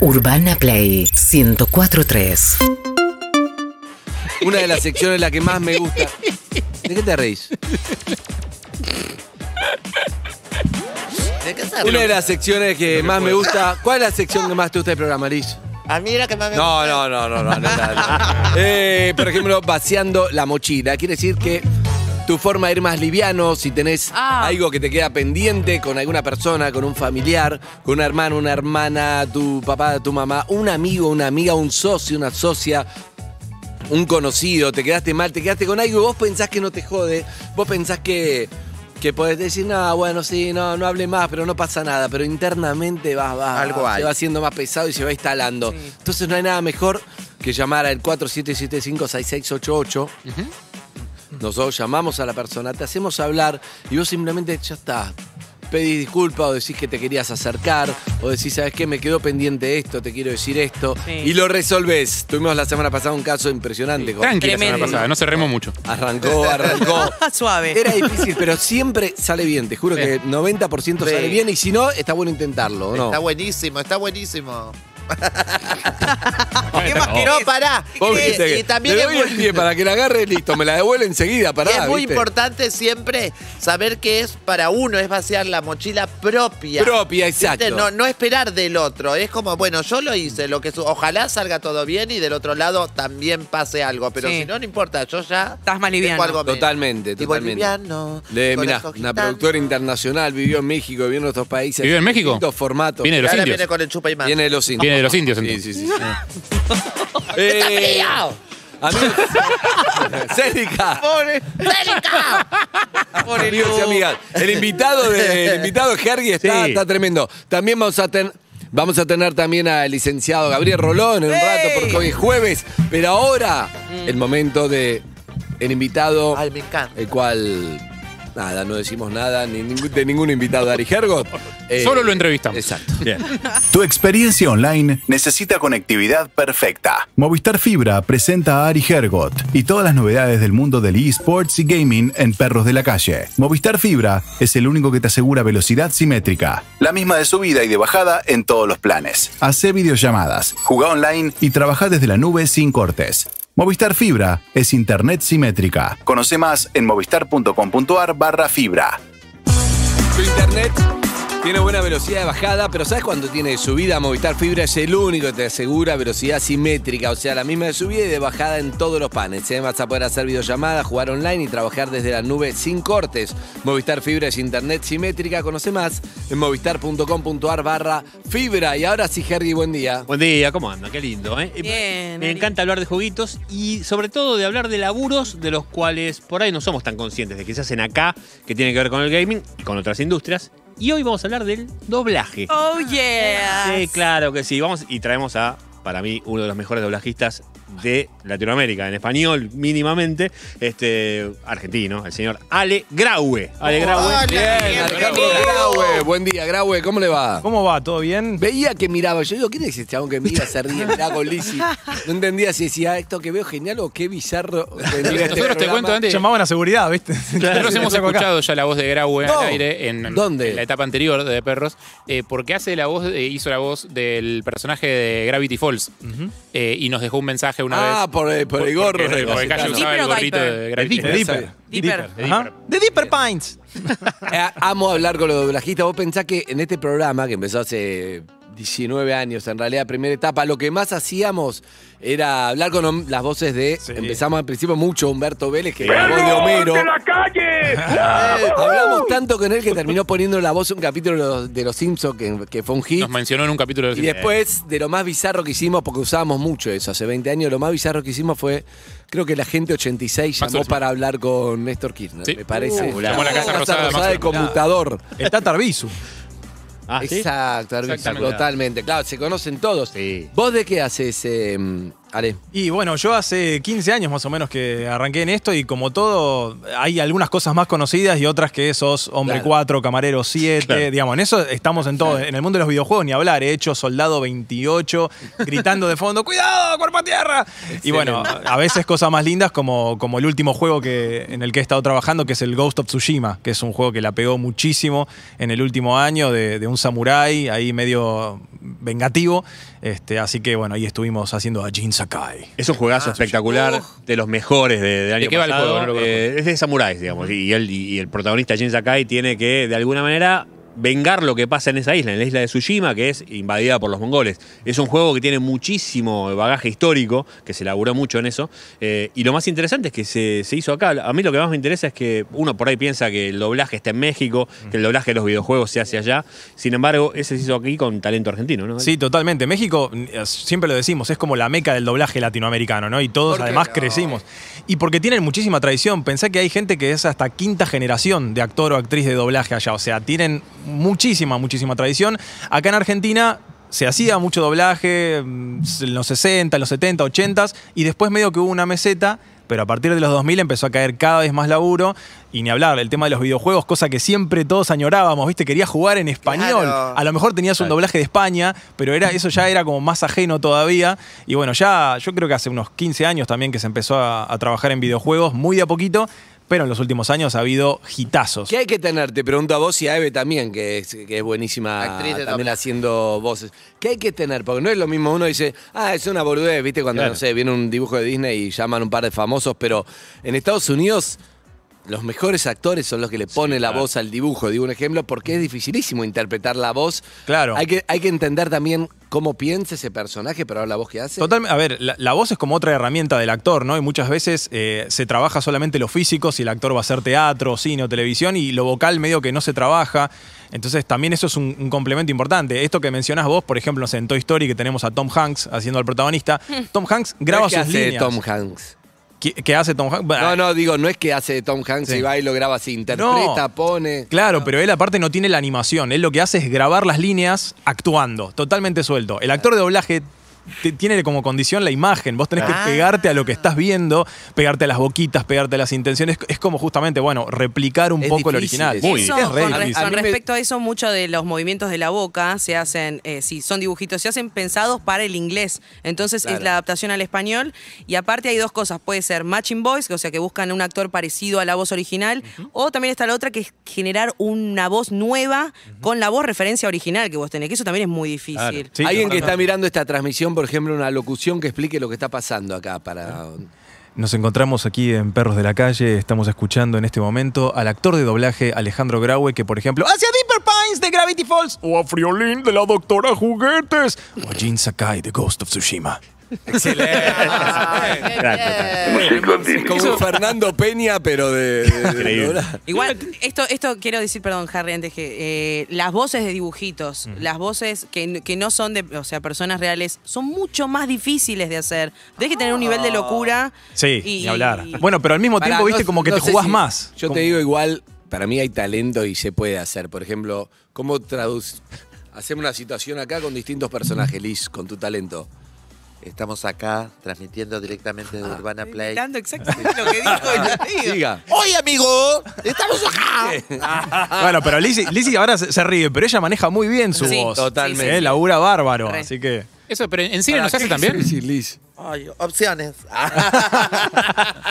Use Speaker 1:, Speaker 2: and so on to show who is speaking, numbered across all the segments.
Speaker 1: Urbana Play 1043.
Speaker 2: Una de las secciones la que más me gusta. ¿De qué te reís?
Speaker 3: ¿De qué se
Speaker 2: Una
Speaker 3: ríe?
Speaker 2: de las secciones que más me gusta. ¿Cuál es la sección que más te gusta del programa, Liz?
Speaker 3: A mí la que más me
Speaker 2: No,
Speaker 3: gusta-
Speaker 2: no, no, no, no. no, no, no. Eh, por ejemplo, vaciando la mochila. Quiere decir que tu forma de ir más liviano, si tenés
Speaker 4: Ah.
Speaker 2: algo que te queda pendiente con alguna persona, con un familiar, con un hermano, una hermana, tu papá, tu mamá, un amigo, una amiga, un socio, una socia. Un conocido, te quedaste mal, te quedaste con algo y vos pensás que no te jode, vos pensás que, que podés decir, no, bueno, sí, no, no hable más, pero no pasa nada, pero internamente vas, vas,
Speaker 3: Algo hay.
Speaker 2: te va siendo más pesado y se va instalando. Entonces no hay nada mejor que llamar al 4775-6688. Nosotros llamamos a la persona, te hacemos hablar y vos simplemente ya está. Pedís disculpa o decís que te querías acercar o decís, ¿sabes qué? Me quedó pendiente esto, te quiero decir esto.
Speaker 4: Sí.
Speaker 2: Y lo resolvés. Tuvimos la semana pasada un caso impresionante. con-
Speaker 5: Tranqui la
Speaker 4: Tremendo.
Speaker 5: semana pasada, no cerremos mucho.
Speaker 2: Arrancó, arrancó.
Speaker 4: Suave.
Speaker 2: Era difícil, pero siempre sale bien. Te juro
Speaker 5: Sí.
Speaker 2: que 90% sale
Speaker 3: Sí.
Speaker 2: bien y si no, está bueno intentarlo, ¿o ¿no?
Speaker 3: Está buenísimo, está buenísimo.
Speaker 5: Acá está-
Speaker 3: No, pará.
Speaker 2: Vos
Speaker 3: Y-
Speaker 2: viste
Speaker 3: y,
Speaker 2: que
Speaker 3: también
Speaker 2: le
Speaker 3: es
Speaker 2: doy
Speaker 3: muy,
Speaker 2: el pie para que la agarre, listo, me la devuelve enseguida,
Speaker 3: y
Speaker 2: pará.
Speaker 3: es muy
Speaker 2: ¿viste?
Speaker 3: importante siempre saber que es para uno, es vaciar la mochila propia.
Speaker 2: Propia, exacto.
Speaker 3: ¿Viste? No, no esperar del otro. Es como, bueno, yo lo hice, lo que su- ojalá salga todo bien y del otro lado también pase algo. Pero
Speaker 4: Sí.
Speaker 3: si no, no importa, yo ya.
Speaker 4: Estás más liviano.
Speaker 3: dejo algo menos.
Speaker 2: Totalmente,
Speaker 3: Tipo
Speaker 2: totalmente.
Speaker 3: liviano,
Speaker 2: Le,
Speaker 3: con
Speaker 2: mirá,
Speaker 3: esos
Speaker 2: una
Speaker 3: gitanos.
Speaker 2: productora internacional, vivió en México, vivió en otros países.
Speaker 5: ¿Vivió en México?
Speaker 2: Distintos formatos.
Speaker 5: Viene de
Speaker 3: Y
Speaker 5: los
Speaker 3: ahora
Speaker 5: indios.
Speaker 3: viene con el chupa y más.
Speaker 2: Viene de los indios.
Speaker 5: Viene de los indios,
Speaker 2: Sí,
Speaker 5: entonces.
Speaker 2: sí, sí. sí. Eh, a mí- Célica. Amigos y amigas, el invitado de el invitado Hergy está,
Speaker 5: Sí.
Speaker 2: está tremendo. También vamos a tener vamos a tener también al licenciado Gabriel Rolón en un rato porque hoy es jueves, pero ahora
Speaker 3: Mm.
Speaker 2: el momento de el invitado
Speaker 3: Ay, me encanta.
Speaker 2: el cual nada, no decimos nada ni ningún- de ningún invitado de Ari Hergot. Eh,
Speaker 5: Solo lo entrevistamos.
Speaker 2: Exacto.
Speaker 5: Bien.
Speaker 6: Tu experiencia online necesita conectividad perfecta. Movistar Fibra presenta a Ari Hergot y todas las novedades del mundo del eSports y gaming en Perros de la Calle. Movistar Fibra es el único que te asegura velocidad simétrica, la misma de subida y de bajada en todos los planes. Hacé videollamadas, juega online y trabaja desde la nube sin cortes. Movistar Fibra es internet simétrica. Conoce más en movistar.com.ar barra fibra.
Speaker 2: Tu internet tiene buena velocidad de bajada, pero ¿sabes cuándo tiene subida? Movistar Fibra es el único que te asegura velocidad simétrica, o sea, la misma de subida y de bajada en todos los panes. ¿eh? Vas a poder hacer videollamadas, jugar online y trabajar desde la nube sin cortes. Movistar Fibra es internet simétrica. Conoce más en movistar.com.ar barra fibra. Y ahora sí, Hergy, buen día.
Speaker 7: Buen día, ¿cómo anda? Qué lindo, ¿eh?
Speaker 4: Bien,
Speaker 7: Me
Speaker 4: Ari.
Speaker 7: encanta hablar de jueguitos y sobre todo de hablar de laburos de los cuales por ahí no somos tan conscientes de que se hacen acá, que tienen que ver con el gaming y con otras industrias. Y hoy vamos a hablar del doblaje.
Speaker 4: Oh, yeah.
Speaker 7: Sí, claro que sí. Vamos y traemos a, para mí, uno de los mejores doblajistas de Latinoamérica, en español mínimamente, este argentino, el señor Ale Graue. Ale Graue.
Speaker 3: Hola,
Speaker 2: Bien, Alejandro Graue. Buen día, Graue. ¿Cómo le va?
Speaker 8: ¿Cómo va? ¿Todo bien?
Speaker 2: Veía que miraba, yo digo, ¿quién es este chabón que mira, se ríe, mirá con Lizzy? No entendía si decía "Ah, esto que veo genial o qué bizarro. que mira este
Speaker 5: Nosotros te
Speaker 2: programa.
Speaker 5: cuento antes.
Speaker 8: Llamaban a seguridad, Ah, ¿viste?
Speaker 5: Nosotros hemos
Speaker 8: Acá.
Speaker 5: escuchado ya la voz de Graue
Speaker 2: No.
Speaker 5: al aire en,
Speaker 2: ¿Dónde?
Speaker 5: en la etapa anterior de Perros, eh, porque hace la voz, eh, hizo la voz del personaje de Gravity Falls eh, y nos dejó un mensaje una vez.
Speaker 2: Ah, por, el- por el gorro.
Speaker 5: Porque,
Speaker 2: de
Speaker 5: porque
Speaker 2: Cayetano.
Speaker 5: Cayo usaba
Speaker 4: Dipper
Speaker 5: el
Speaker 4: o
Speaker 5: gorrito
Speaker 4: Viper?
Speaker 5: de
Speaker 8: De
Speaker 5: Gravity Falls.
Speaker 8: Dipper.
Speaker 4: Dipper.
Speaker 8: Ajá. De Dipper Pines.
Speaker 2: Eh, amo hablar con los doblajistas. Vos pensás que en este programa, que empezó hace 19 años, en realidad, primera etapa, lo que más hacíamos era hablar con hom- las voces de.
Speaker 8: Sí.
Speaker 2: Empezamos al principio mucho Humberto Vélez, que era la voz de Homero. Eh, hablamos tanto con él que terminó poniendo la voz en un capítulo de los, de los Simpsons que, que fue un hit.
Speaker 5: Nos mencionó en un capítulo de los
Speaker 2: Y
Speaker 5: Simpsons.
Speaker 2: después, de lo más bizarro que hicimos, porque usábamos mucho eso hace 20 años, lo más bizarro que hicimos fue, creo que la gente 86
Speaker 5: Max
Speaker 2: llamó
Speaker 5: Olsman.
Speaker 2: para hablar con Néstor Kirchner,
Speaker 5: Sí.
Speaker 2: me parece.
Speaker 5: Uh, llamó a la Casa Rosada, Max
Speaker 2: de
Speaker 5: Olsman.
Speaker 2: computador.
Speaker 8: Está Tarbizu.
Speaker 7: Ah, ¿sí?
Speaker 2: Exacto, Arbizu,
Speaker 5: Exactamente.
Speaker 2: totalmente. Claro, se conocen todos.
Speaker 7: Sí.
Speaker 2: ¿Vos de qué haces, eh, Ale?
Speaker 8: Y bueno, yo hace 15 años más o menos que arranqué en esto y como todo, hay algunas cosas más conocidas y otras que sos hombre
Speaker 2: Claro.
Speaker 8: 4, camarero 7, digamos, en eso estamos en todo, en el mundo de los videojuegos ni hablar, he hecho soldado 28 gritando de fondo, cuidado, cuerpo a tierra. Y bueno, a veces cosas más lindas como, como el último juego que, en el que he estado trabajando, que es el Ghost of Tsushima, que es un juego que la pegó muchísimo en el último año de, de un samurái, ahí medio vengativo. Este, así que bueno, ahí estuvimos haciendo a Jin Sakai.
Speaker 7: Es un juegazo
Speaker 5: Ah,
Speaker 7: espectacular, de los mejores de, del año
Speaker 5: qué va el
Speaker 7: pasado.
Speaker 5: juego? No lo conozco.
Speaker 7: Eh, es de samuráis, digamos. Y, él, y, y el protagonista Jin Sakai tiene que, de alguna manera, vengar lo que pasa en esa isla, en la isla de Tsushima, que es invadida por los mongoles. Es un juego que tiene muchísimo bagaje histórico, que se laburó mucho en eso. Eh, y lo más interesante es que se, se hizo acá. A mí lo que más me interesa es que uno por ahí piensa que el doblaje está en México, que el doblaje de los videojuegos se hace allá. Sin embargo, ese se hizo aquí con talento argentino, ¿no?
Speaker 8: Sí, totalmente. México, eh, siempre lo decimos, es como la meca del doblaje latinoamericano, ¿no? Y
Speaker 2: ¿Por
Speaker 8: todos
Speaker 2: qué
Speaker 8: además
Speaker 2: no?
Speaker 8: crecimos. Y porque tienen muchísima tradición. Pensá que hay gente que es hasta quinta generación de actor o actriz de doblaje allá. O sea, tienen muchísima, muchísima tradición. Acá en Argentina. Se hacía mucho doblaje mm, en los 60, en los 70, 80 y después medio que hubo una meseta, pero a partir de los 2000 empezó a caer cada vez más laburo y ni hablar, el tema de los videojuegos, cosa que siempre todos añorábamos, ¿viste? Quería jugar en español,
Speaker 3: Claro.
Speaker 8: a lo mejor tenías un doblaje de España, pero era, eso ya era como más ajeno todavía. Y bueno, ya yo creo que hace unos 15 años también que se empezó a, a trabajar en videojuegos, muy de a poquito, pero en los últimos años ha habido hitazos.
Speaker 2: ¿Qué hay que tener? Te pregunto a vos y a Eve también, que es, que es buenísima
Speaker 3: Actriz de
Speaker 2: también
Speaker 3: doblaje.
Speaker 2: haciendo voces. ¿Qué hay que tener? Porque no es lo mismo, uno dice, ah, es una boludez, ¿viste? Cuando,
Speaker 7: Claro.
Speaker 2: no sé, viene un dibujo de Disney y llaman un par de famosos, pero en Estados Unidos los mejores actores son los que le ponen la voz al dibujo. Digo un ejemplo, porque es dificilísimo interpretar la voz.
Speaker 8: Claro.
Speaker 2: Hay que, hay que entender también cómo piensa ese personaje para ver la voz que hace.
Speaker 8: Total, a ver, la, la voz es como otra herramienta del actor, ¿no? Y muchas veces eh, se trabaja solamente lo físico, si el actor va a hacer teatro, cine o televisión, y lo vocal medio que no se trabaja. Entonces también eso es un, un complemento importante. Esto que mencionás vos, por ejemplo, no sé, en Toy Story que tenemos a Tom Hanks haciendo al protagonista, Tom Hanks
Speaker 2: No
Speaker 8: graba
Speaker 2: es que
Speaker 8: sus
Speaker 2: hace
Speaker 8: líneas.
Speaker 2: Tom Hanks.
Speaker 8: ¿Qué, qué hace Tom Hanks? Bah,
Speaker 2: No, no, digo, no es que hace Tom Hanks
Speaker 8: Sí.
Speaker 2: y va y lo graba así, interpreta,
Speaker 8: No.
Speaker 2: pone.
Speaker 8: Claro, pero él aparte no tiene la animación. Él lo que hace es grabar las líneas actuando, totalmente suelto. El actor de doblaje te- tiene como condición la imagen. Vos tenés que
Speaker 4: Ah.
Speaker 8: pegarte a lo que estás viendo, pegarte a las boquitas, pegarte a las intenciones. Es como justamente, bueno, replicar un
Speaker 2: Es
Speaker 8: poco el
Speaker 2: difícil
Speaker 8: original.
Speaker 2: eso. Muy
Speaker 4: Eso,
Speaker 8: es re
Speaker 4: con, re-
Speaker 8: difícil.
Speaker 4: con
Speaker 2: A mí me-
Speaker 4: respecto a eso, muchos de los movimientos de la boca se hacen, eh, sí, son dibujitos, se hacen pensados para el inglés. Entonces es
Speaker 2: Claro.
Speaker 4: la adaptación al español. Y aparte hay dos cosas: puede ser matching voice, o sea que buscan un actor parecido a la voz original, o también está la otra que es generar una voz nueva con la voz referencia original que vos tenés, que eso también es muy difícil.
Speaker 8: Sí,
Speaker 2: Alguien que
Speaker 8: totalmente.
Speaker 2: está mirando esta transmisión, por ejemplo, una locución que explique lo que está pasando acá para.
Speaker 8: Nos encontramos aquí en Perros de la Calle, estamos escuchando en este momento al actor de doblaje Alejandro Graue, que por ejemplo hace a Deeper Pines de Gravity Falls, o a Friolín de la Doctora Juguetes, o a Jin Sakai de Ghost of Tsushima.
Speaker 2: Es como Fernando Peña, pero de. de- de-
Speaker 7: Increíble.
Speaker 4: Igual, esto, esto quiero decir, perdón, Harry, antes que eh, las voces de dibujitos, las voces que, que no son de, o sea, personas reales, son mucho más difíciles de hacer. Tenés que tener un nivel de locura.
Speaker 8: Sí,
Speaker 4: y-
Speaker 8: ni hablar. Bueno, pero al mismo
Speaker 2: Pará,
Speaker 8: tiempo,
Speaker 2: no-
Speaker 8: viste, como que
Speaker 2: no
Speaker 8: te
Speaker 2: sé
Speaker 8: jugás
Speaker 2: si-
Speaker 8: más.
Speaker 2: Yo
Speaker 8: Como-
Speaker 2: te digo igual, para mí hay talento y se puede hacer. Por ejemplo, ¿cómo traducir? Hacemos una situación acá con distintos personajes, Liz, con tu talento.
Speaker 3: Estamos acá transmitiendo directamente de Urbana Play.
Speaker 4: Imitando exactamente lo Ah, que dijo el amigo.
Speaker 2: Diga.
Speaker 3: ¡Oye, amigo! ¡Estamos acá!
Speaker 8: Bueno, pero Lizzy, Lizzy ahora se, se ríe, pero ella maneja muy bien su
Speaker 4: Sí,
Speaker 8: voz.
Speaker 4: totalmente.
Speaker 8: Eh, Labura bárbaro,
Speaker 4: Re.
Speaker 8: así que...
Speaker 5: Eso, pero en cine nos hace también.
Speaker 2: Ah, Sí, Liz.
Speaker 3: Ay, opciones.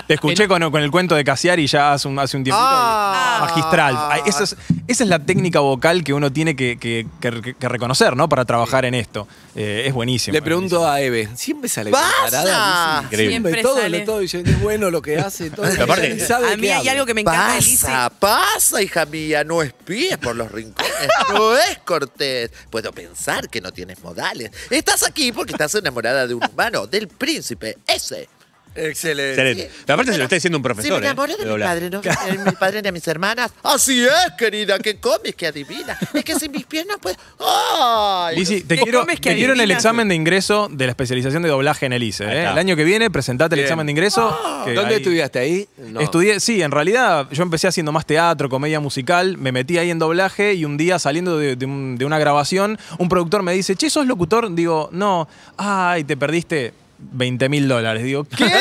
Speaker 8: Te escuché con, con el cuento de Cassiari ya hace un, hace un tiempito.
Speaker 3: Ah.
Speaker 8: magistral. Ay, esa es, esa es la técnica vocal que uno tiene que, que- que- que reconocer, ¿no? Para trabajar en esto. Eh, es buenísimo.
Speaker 2: Le
Speaker 8: es
Speaker 2: pregunto a Eve, siempre sale
Speaker 3: ¡Pasa!
Speaker 2: preparada, Liz?
Speaker 7: Increíble.
Speaker 4: Siempre
Speaker 2: todo,
Speaker 4: sale.
Speaker 2: lo- todo, dice, es bueno lo que hace, todo.
Speaker 7: Pero aparte-
Speaker 2: Ella ni sabe
Speaker 4: A
Speaker 2: de
Speaker 4: mí
Speaker 2: qué
Speaker 4: hay
Speaker 2: habla.
Speaker 4: algo que me encanta de Lizzy.
Speaker 3: Pasa, pasa, hija mía, no espíes por los rincones, no es cortés. Puedo pensar que no tienes modales. Estás aquí porque estás enamorada de un humano, del príncipe, ese.
Speaker 2: Excelente.
Speaker 7: Excelente. Pero aparte se lo está diciendo un
Speaker 3: Si me
Speaker 7: profesor. ¿eh?
Speaker 3: enamoro
Speaker 7: De
Speaker 3: de mi
Speaker 7: doblaje.
Speaker 3: padre, ¿no? De mi padre ni a mis hermanas. Así es, querida, que comes, que adivina. Es que sin mis piernas pues. ¡Ay!
Speaker 8: Lizzy, te
Speaker 4: Vos
Speaker 8: quiero,
Speaker 4: comes que
Speaker 8: te quiero en el
Speaker 4: adivinas.
Speaker 8: examen de ingreso de la especialización de doblaje en el ICE.
Speaker 7: Ahí
Speaker 8: ¿eh?
Speaker 7: está.
Speaker 8: El año que viene presentate el
Speaker 2: Bien.
Speaker 8: examen de ingreso.
Speaker 4: Ah.
Speaker 8: que
Speaker 2: ¿Dónde
Speaker 8: ahí-
Speaker 2: estudiaste ahí? No.
Speaker 8: Estudié, sí, en realidad yo empecé haciendo más teatro, comedia musical, me metí ahí en doblaje y un día saliendo de, de un- de una grabación, un productor me dice, che, ¿sos locutor? Digo, no, ay, te perdiste 20 mil dólares. Digo, ¿qué?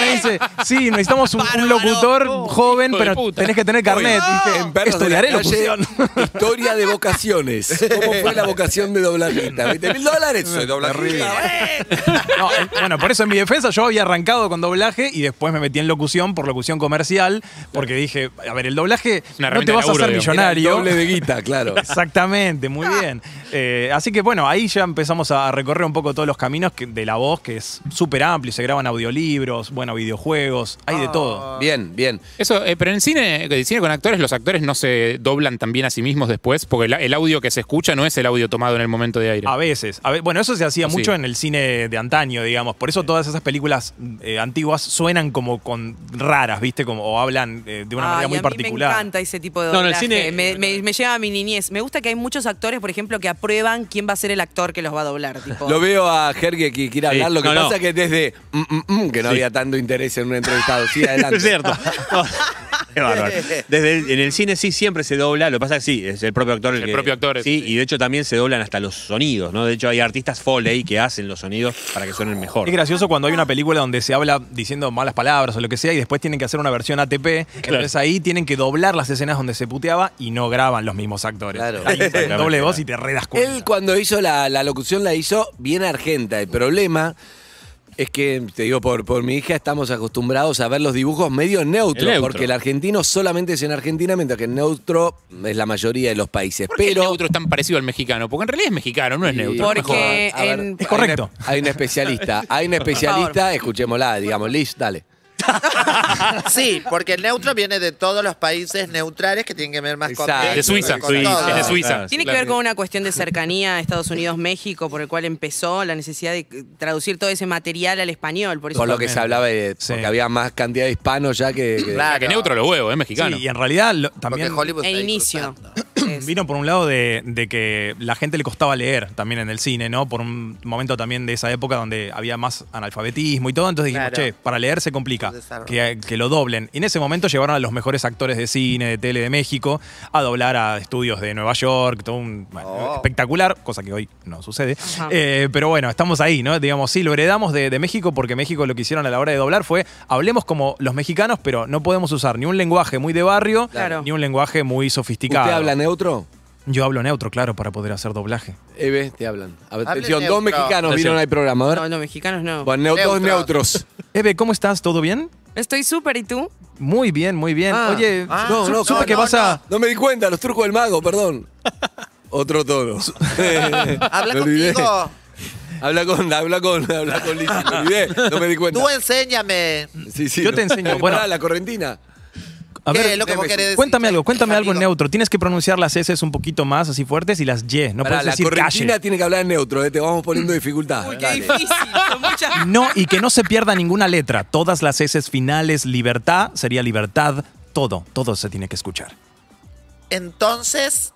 Speaker 8: Me dice, sí, necesitamos un, un locutor joven,
Speaker 5: hijo de
Speaker 8: pero
Speaker 5: puta.
Speaker 8: tenés que tener carnet. Dije,
Speaker 2: En Perros de la
Speaker 8: estudiaré
Speaker 2: Calle,
Speaker 8: locución.
Speaker 2: Historia de vocaciones. ¿Cómo fue la vocación de doblajita? ¿20 mil dólares? Soy
Speaker 8: Terrible.
Speaker 2: doblajita. ¡eh!
Speaker 8: No, eh, bueno, por eso en mi defensa yo había arrancado con doblaje y después me metí en locución por locución comercial, porque dije, a ver, el doblaje
Speaker 5: Una
Speaker 8: no te
Speaker 5: herramienta de
Speaker 8: vas a
Speaker 5: laburo,
Speaker 8: hacer
Speaker 5: digamos.
Speaker 2: Era el
Speaker 8: millonario.
Speaker 2: Doble de guita, claro.
Speaker 8: Exactamente, muy bien. Eh, así que bueno, ahí ya empezamos a recorrer un poco todos los caminos que- de la voz, que es súper amplio, se graban audiolibros, bueno, videojuegos, hay de
Speaker 4: Ah.
Speaker 8: todo.
Speaker 2: Bien, bien.
Speaker 5: Eso, eh, pero en cine, en cine con actores, los actores no se doblan también a sí mismos después, porque la- el audio que se escucha no es el audio tomado en el momento de
Speaker 2: Ah,
Speaker 5: aire.
Speaker 8: A veces, a ve- bueno, eso se hacía
Speaker 5: Sí.
Speaker 8: mucho en el cine de antaño, digamos, por eso todas esas películas eh, antiguas suenan como con raras, ¿viste? Como, o hablan eh, de una
Speaker 4: Ay,
Speaker 8: manera
Speaker 4: a
Speaker 8: muy
Speaker 4: mí
Speaker 8: particular.
Speaker 4: Me encanta ese tipo de
Speaker 7: No, no, el
Speaker 4: doblaje.
Speaker 7: cine-
Speaker 8: eh,
Speaker 4: me, me- me lleva a mi niñez. Me gusta que hay muchos actores, por ejemplo, que aprueban quién va a ser el actor que los va a doblar. Tipo.
Speaker 2: Lo veo a Jergue que quiere hablar. Lo que
Speaker 7: no, no.
Speaker 2: pasa es que desde mm, mm, mm, que no había tanto interés en un entrevistado. Sí, adelante.
Speaker 7: Es cierto. No, qué bárbaro. Desde el- en el cine sí siempre se dobla, lo que pasa es que sí, es el propio actor.
Speaker 5: El
Speaker 7: que-
Speaker 5: propio actor,
Speaker 7: Sí,
Speaker 5: sí.
Speaker 7: y de hecho también se doblan hasta los sonidos, ¿no? De hecho hay artistas Foley que hacen los sonidos para que suenen mejor.
Speaker 8: Es gracioso cuando hay una película donde se habla diciendo malas palabras o lo que sea y después tienen que hacer una versión ATP. Entonces ahí tienen que doblar las escenas donde se puteaba y no graban los mismos actores.
Speaker 2: Claro.
Speaker 8: Ahí está, con doble voz y te redas cuenta.
Speaker 2: Él cuando hizo la, la locución la hizo bien argenta. El problema es que, te digo, por, por mi hija estamos acostumbrados a ver los dibujos medio neutros,
Speaker 5: El neutro.
Speaker 2: porque el argentino solamente es en Argentina, mientras que el neutro es la mayoría de los países.
Speaker 5: ¿Por qué
Speaker 2: Pero
Speaker 5: el neutro es tan parecido al mexicano? Porque en realidad es mexicano, no es neutro.
Speaker 4: Porque-
Speaker 5: mejor. ¿eh?
Speaker 2: A ver,
Speaker 4: en-
Speaker 8: Es correcto.
Speaker 2: Hay una, hay una especialista, hay una especialista, escuchémosla, digamos, Liz, dale.
Speaker 3: Sí, porque el neutro viene de todos los países neutrales que tienen que ver más con
Speaker 2: Exacto.
Speaker 5: Es de Suiza,
Speaker 3: con
Speaker 5: Suiza,
Speaker 3: todo.
Speaker 5: es de Suiza.
Speaker 7: Claro,
Speaker 4: Tiene que ver con una cuestión de cercanía a Estados Unidos-México, por el cual empezó la necesidad de eh, traducir todo ese material al español. Por eso
Speaker 2: Con lo que se hablaba, de,
Speaker 8: Sí.
Speaker 2: porque había más cantidad de hispanos ya que... que-
Speaker 5: Ah, que neutro los huevos, es mexicano.
Speaker 8: Sí, y en realidad lo-
Speaker 3: Porque
Speaker 8: también
Speaker 3: Hollywood
Speaker 4: el
Speaker 3: está
Speaker 4: inicio.
Speaker 3: disfrutando.
Speaker 4: es.
Speaker 8: vino por un lado de, de que la gente le costaba leer también en el cine, ¿no? Por un momento también de esa época donde había más analfabetismo y todo. Entonces dijimos,
Speaker 3: Claro.
Speaker 8: che, para leer se complica,
Speaker 3: Desarrollo.
Speaker 8: que, que lo doblen. Y en ese momento llevaron a los mejores actores de cine, de tele de México, a doblar a estudios de Nueva York, todo un bueno,
Speaker 3: Oh.
Speaker 8: espectacular, cosa que hoy no sucede.
Speaker 4: Ajá.
Speaker 8: Eh, pero bueno, estamos ahí, ¿no? Digamos, sí, lo heredamos de, de México porque México lo que hicieron a la hora de doblar fue, hablemos como los mexicanos, pero no podemos usar ni un lenguaje muy de barrio,
Speaker 4: Claro.
Speaker 8: ni un lenguaje muy sofisticado.
Speaker 2: ¿Usted habla neutro?
Speaker 8: Yo hablo neutro, claro, para poder hacer doblaje.
Speaker 2: Eve, te hablan. A ver,
Speaker 3: Hable
Speaker 2: Atención, dos
Speaker 3: neutro.
Speaker 2: mexicanos vieron al programa. A
Speaker 4: No,
Speaker 2: ver.
Speaker 4: los mexicanos no.
Speaker 2: Bueno, neu- dos
Speaker 3: Neutro.
Speaker 2: neutros.
Speaker 8: Eve, ¿cómo estás? ¿Todo bien?
Speaker 4: Estoy súper, ¿y tú?
Speaker 8: Muy bien, muy bien.
Speaker 2: Ah,
Speaker 8: Oye,
Speaker 3: ah,
Speaker 8: no,
Speaker 2: no,
Speaker 8: supe
Speaker 2: no,
Speaker 8: que
Speaker 3: no,
Speaker 8: vas a...
Speaker 2: Ah, No me di cuenta, los trucos del mago, perdón. Otro tono.
Speaker 3: Habla
Speaker 2: Me olvidé.
Speaker 3: conmigo.
Speaker 2: Habla con, habla con, habla con Liz, me olvidé, no me di cuenta.
Speaker 3: Tú enséñame.
Speaker 2: Sí, sí,
Speaker 8: Yo
Speaker 2: no.
Speaker 8: te enseño, bueno.
Speaker 2: Pará, la correntina.
Speaker 8: A
Speaker 3: ¿Qué
Speaker 8: ver,
Speaker 3: es lo que vos querés decir?
Speaker 8: Cuéntame algo, cuéntame algo en
Speaker 3: Amigo.
Speaker 8: neutro. Tienes que pronunciar las S un poquito más así fuertes y las Y. No
Speaker 2: Pará,
Speaker 8: puedes
Speaker 2: la
Speaker 8: decir
Speaker 2: correntina
Speaker 8: calle.
Speaker 2: tiene que hablar en neutro, eh, te vamos poniendo dificultad.
Speaker 4: Uy, qué
Speaker 2: Dale.
Speaker 4: difícil. Son muchas.
Speaker 8: No, y que no se pierda ninguna letra. Todas las S finales, libertad, sería libertad, todo, todo se tiene que escuchar.
Speaker 3: Entonces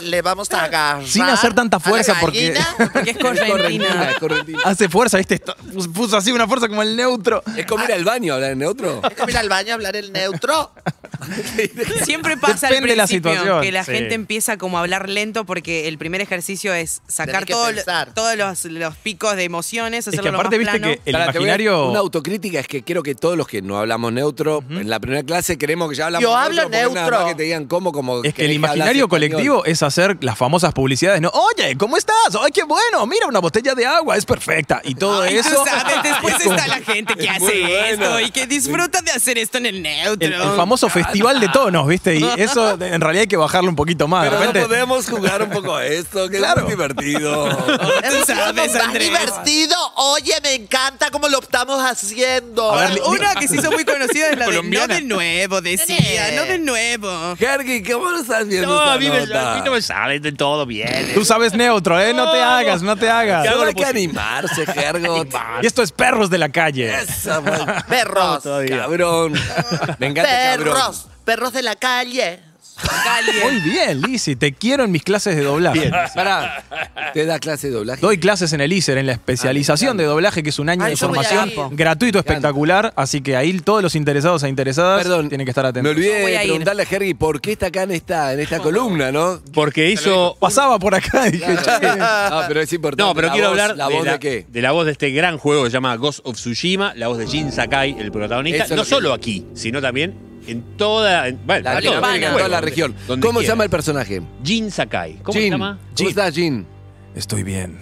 Speaker 3: le vamos a agarrar.
Speaker 8: Sin hacer tanta
Speaker 3: a la
Speaker 8: fuerza, porque-
Speaker 3: gallina.
Speaker 4: Porque es
Speaker 2: Es correntina,
Speaker 4: correntina.
Speaker 2: es correntina.
Speaker 8: Hace fuerza, ¿viste? Está- Puso así una fuerza como el neutro.
Speaker 2: ¿Es como ir al baño hablar en neutro?
Speaker 3: Es como ir al baño a hablar el neutro.
Speaker 4: Siempre pasa al
Speaker 8: Depende de la
Speaker 4: principio
Speaker 8: situación.
Speaker 4: que la
Speaker 8: Sí.
Speaker 4: gente empieza como a hablar lento porque el primer ejercicio es sacar
Speaker 3: Tenés que
Speaker 4: todo lo-
Speaker 3: pensar.
Speaker 4: todos los, los picos de emociones,
Speaker 8: Es
Speaker 4: hacerlo
Speaker 8: que
Speaker 4: lo
Speaker 8: aparte,
Speaker 4: más
Speaker 8: viste
Speaker 4: plano.
Speaker 8: que el
Speaker 2: Pará, te voy a-
Speaker 8: imaginario.
Speaker 2: Una autocrítica es que quiero que todos los que no hablamos neutro, en la primera clase creemos que ya hablamos
Speaker 3: Yo hablo
Speaker 2: porque nada
Speaker 3: neutro.
Speaker 2: más que te digan cómo, como
Speaker 8: Es que el
Speaker 2: querés hablas
Speaker 8: imaginario
Speaker 2: español.
Speaker 8: colectivo es hacer las famosas publicidades, ¿no? Oye, ¿cómo estás? ¡Ay, qué bueno! Mira, una botella de agua, es perfecta. Y todo
Speaker 4: Ay, tú
Speaker 8: eso.
Speaker 4: sabes, después
Speaker 8: es como
Speaker 4: está la gente que
Speaker 2: Es
Speaker 4: hace
Speaker 2: muy bueno.
Speaker 4: esto y que disfruta de hacer esto en el neutro.
Speaker 8: El, el famoso festival de tonos, ¿viste? Y eso de- en realidad hay que bajarlo un poquito más.
Speaker 2: Pero
Speaker 8: de
Speaker 2: no
Speaker 8: repente,
Speaker 2: podemos jugar un poco a esto, que
Speaker 8: Claro.
Speaker 2: es muy divertido.
Speaker 4: Tú sabes,
Speaker 3: más
Speaker 4: Andrés.
Speaker 3: divertido. Oye, me encanta cómo lo estamos haciendo.
Speaker 8: A ver, li-
Speaker 4: Una que se hizo muy conocida es la de no
Speaker 5: Colombiana.
Speaker 4: de nuevo, decía, no de nuevo.
Speaker 2: Jergi, ¿cómo lo estás viendo?
Speaker 7: No,
Speaker 2: esta
Speaker 7: a mí, me,
Speaker 2: nota?
Speaker 7: a mí no me sale de todo bien.
Speaker 8: tú sabes neutro, ¿eh? No te hagas, no te hagas.
Speaker 2: Solo hay que animarse, Jergo.
Speaker 8: Y esto es perros de la calle.
Speaker 2: Esa, man.
Speaker 3: Perros.
Speaker 2: Cabrón. Me encanta, cabrón.
Speaker 3: Perros. Perros de la calle.
Speaker 2: Dios.
Speaker 8: Muy
Speaker 4: Cali.
Speaker 8: bien, Lizzy, te quiero en mis clases de doblaje.
Speaker 2: Pará, ¿te da clase de doblaje?
Speaker 8: Doy clases en el ISER, en la especialización de doblaje, que es un año
Speaker 4: Ay,
Speaker 8: de
Speaker 4: yo voy a
Speaker 8: formación
Speaker 4: ir.
Speaker 8: gratuito, espectacular. Así que ahí todos los interesados e interesadas
Speaker 2: Perdón,
Speaker 8: tienen que estar
Speaker 2: Me
Speaker 8: atentos.
Speaker 4: Yo
Speaker 2: olvidé
Speaker 4: voy
Speaker 2: de
Speaker 4: a ir.
Speaker 2: preguntarle a Jerry por qué está acá en esta, en esta columna, ¿no?
Speaker 7: Porque hizo.
Speaker 8: Pasaba por acá y dije, "Che,
Speaker 2: Ah, pero es importante.
Speaker 7: No, pero
Speaker 2: La
Speaker 7: quiero
Speaker 2: voz-
Speaker 7: hablar
Speaker 2: ¿La voz de, qué?
Speaker 7: de la voz de este gran juego que se llama Ghost of Tsushima, la voz de Jin Sakai, el
Speaker 2: Eso
Speaker 7: protagonista.
Speaker 2: es lo
Speaker 7: no
Speaker 2: que-
Speaker 7: solo aquí, sino también en toda. en- bueno,
Speaker 2: La
Speaker 7: a todo,
Speaker 2: Latinoamérica,
Speaker 7: en
Speaker 2: toda la región.
Speaker 7: Donde
Speaker 2: ¿Cómo se
Speaker 7: quiera.
Speaker 2: llama el personaje?
Speaker 7: Jin Sakai. ¿Cómo
Speaker 2: Jin.
Speaker 7: se llama?
Speaker 2: ¿Cómo estás, Jin?
Speaker 8: Estoy bien.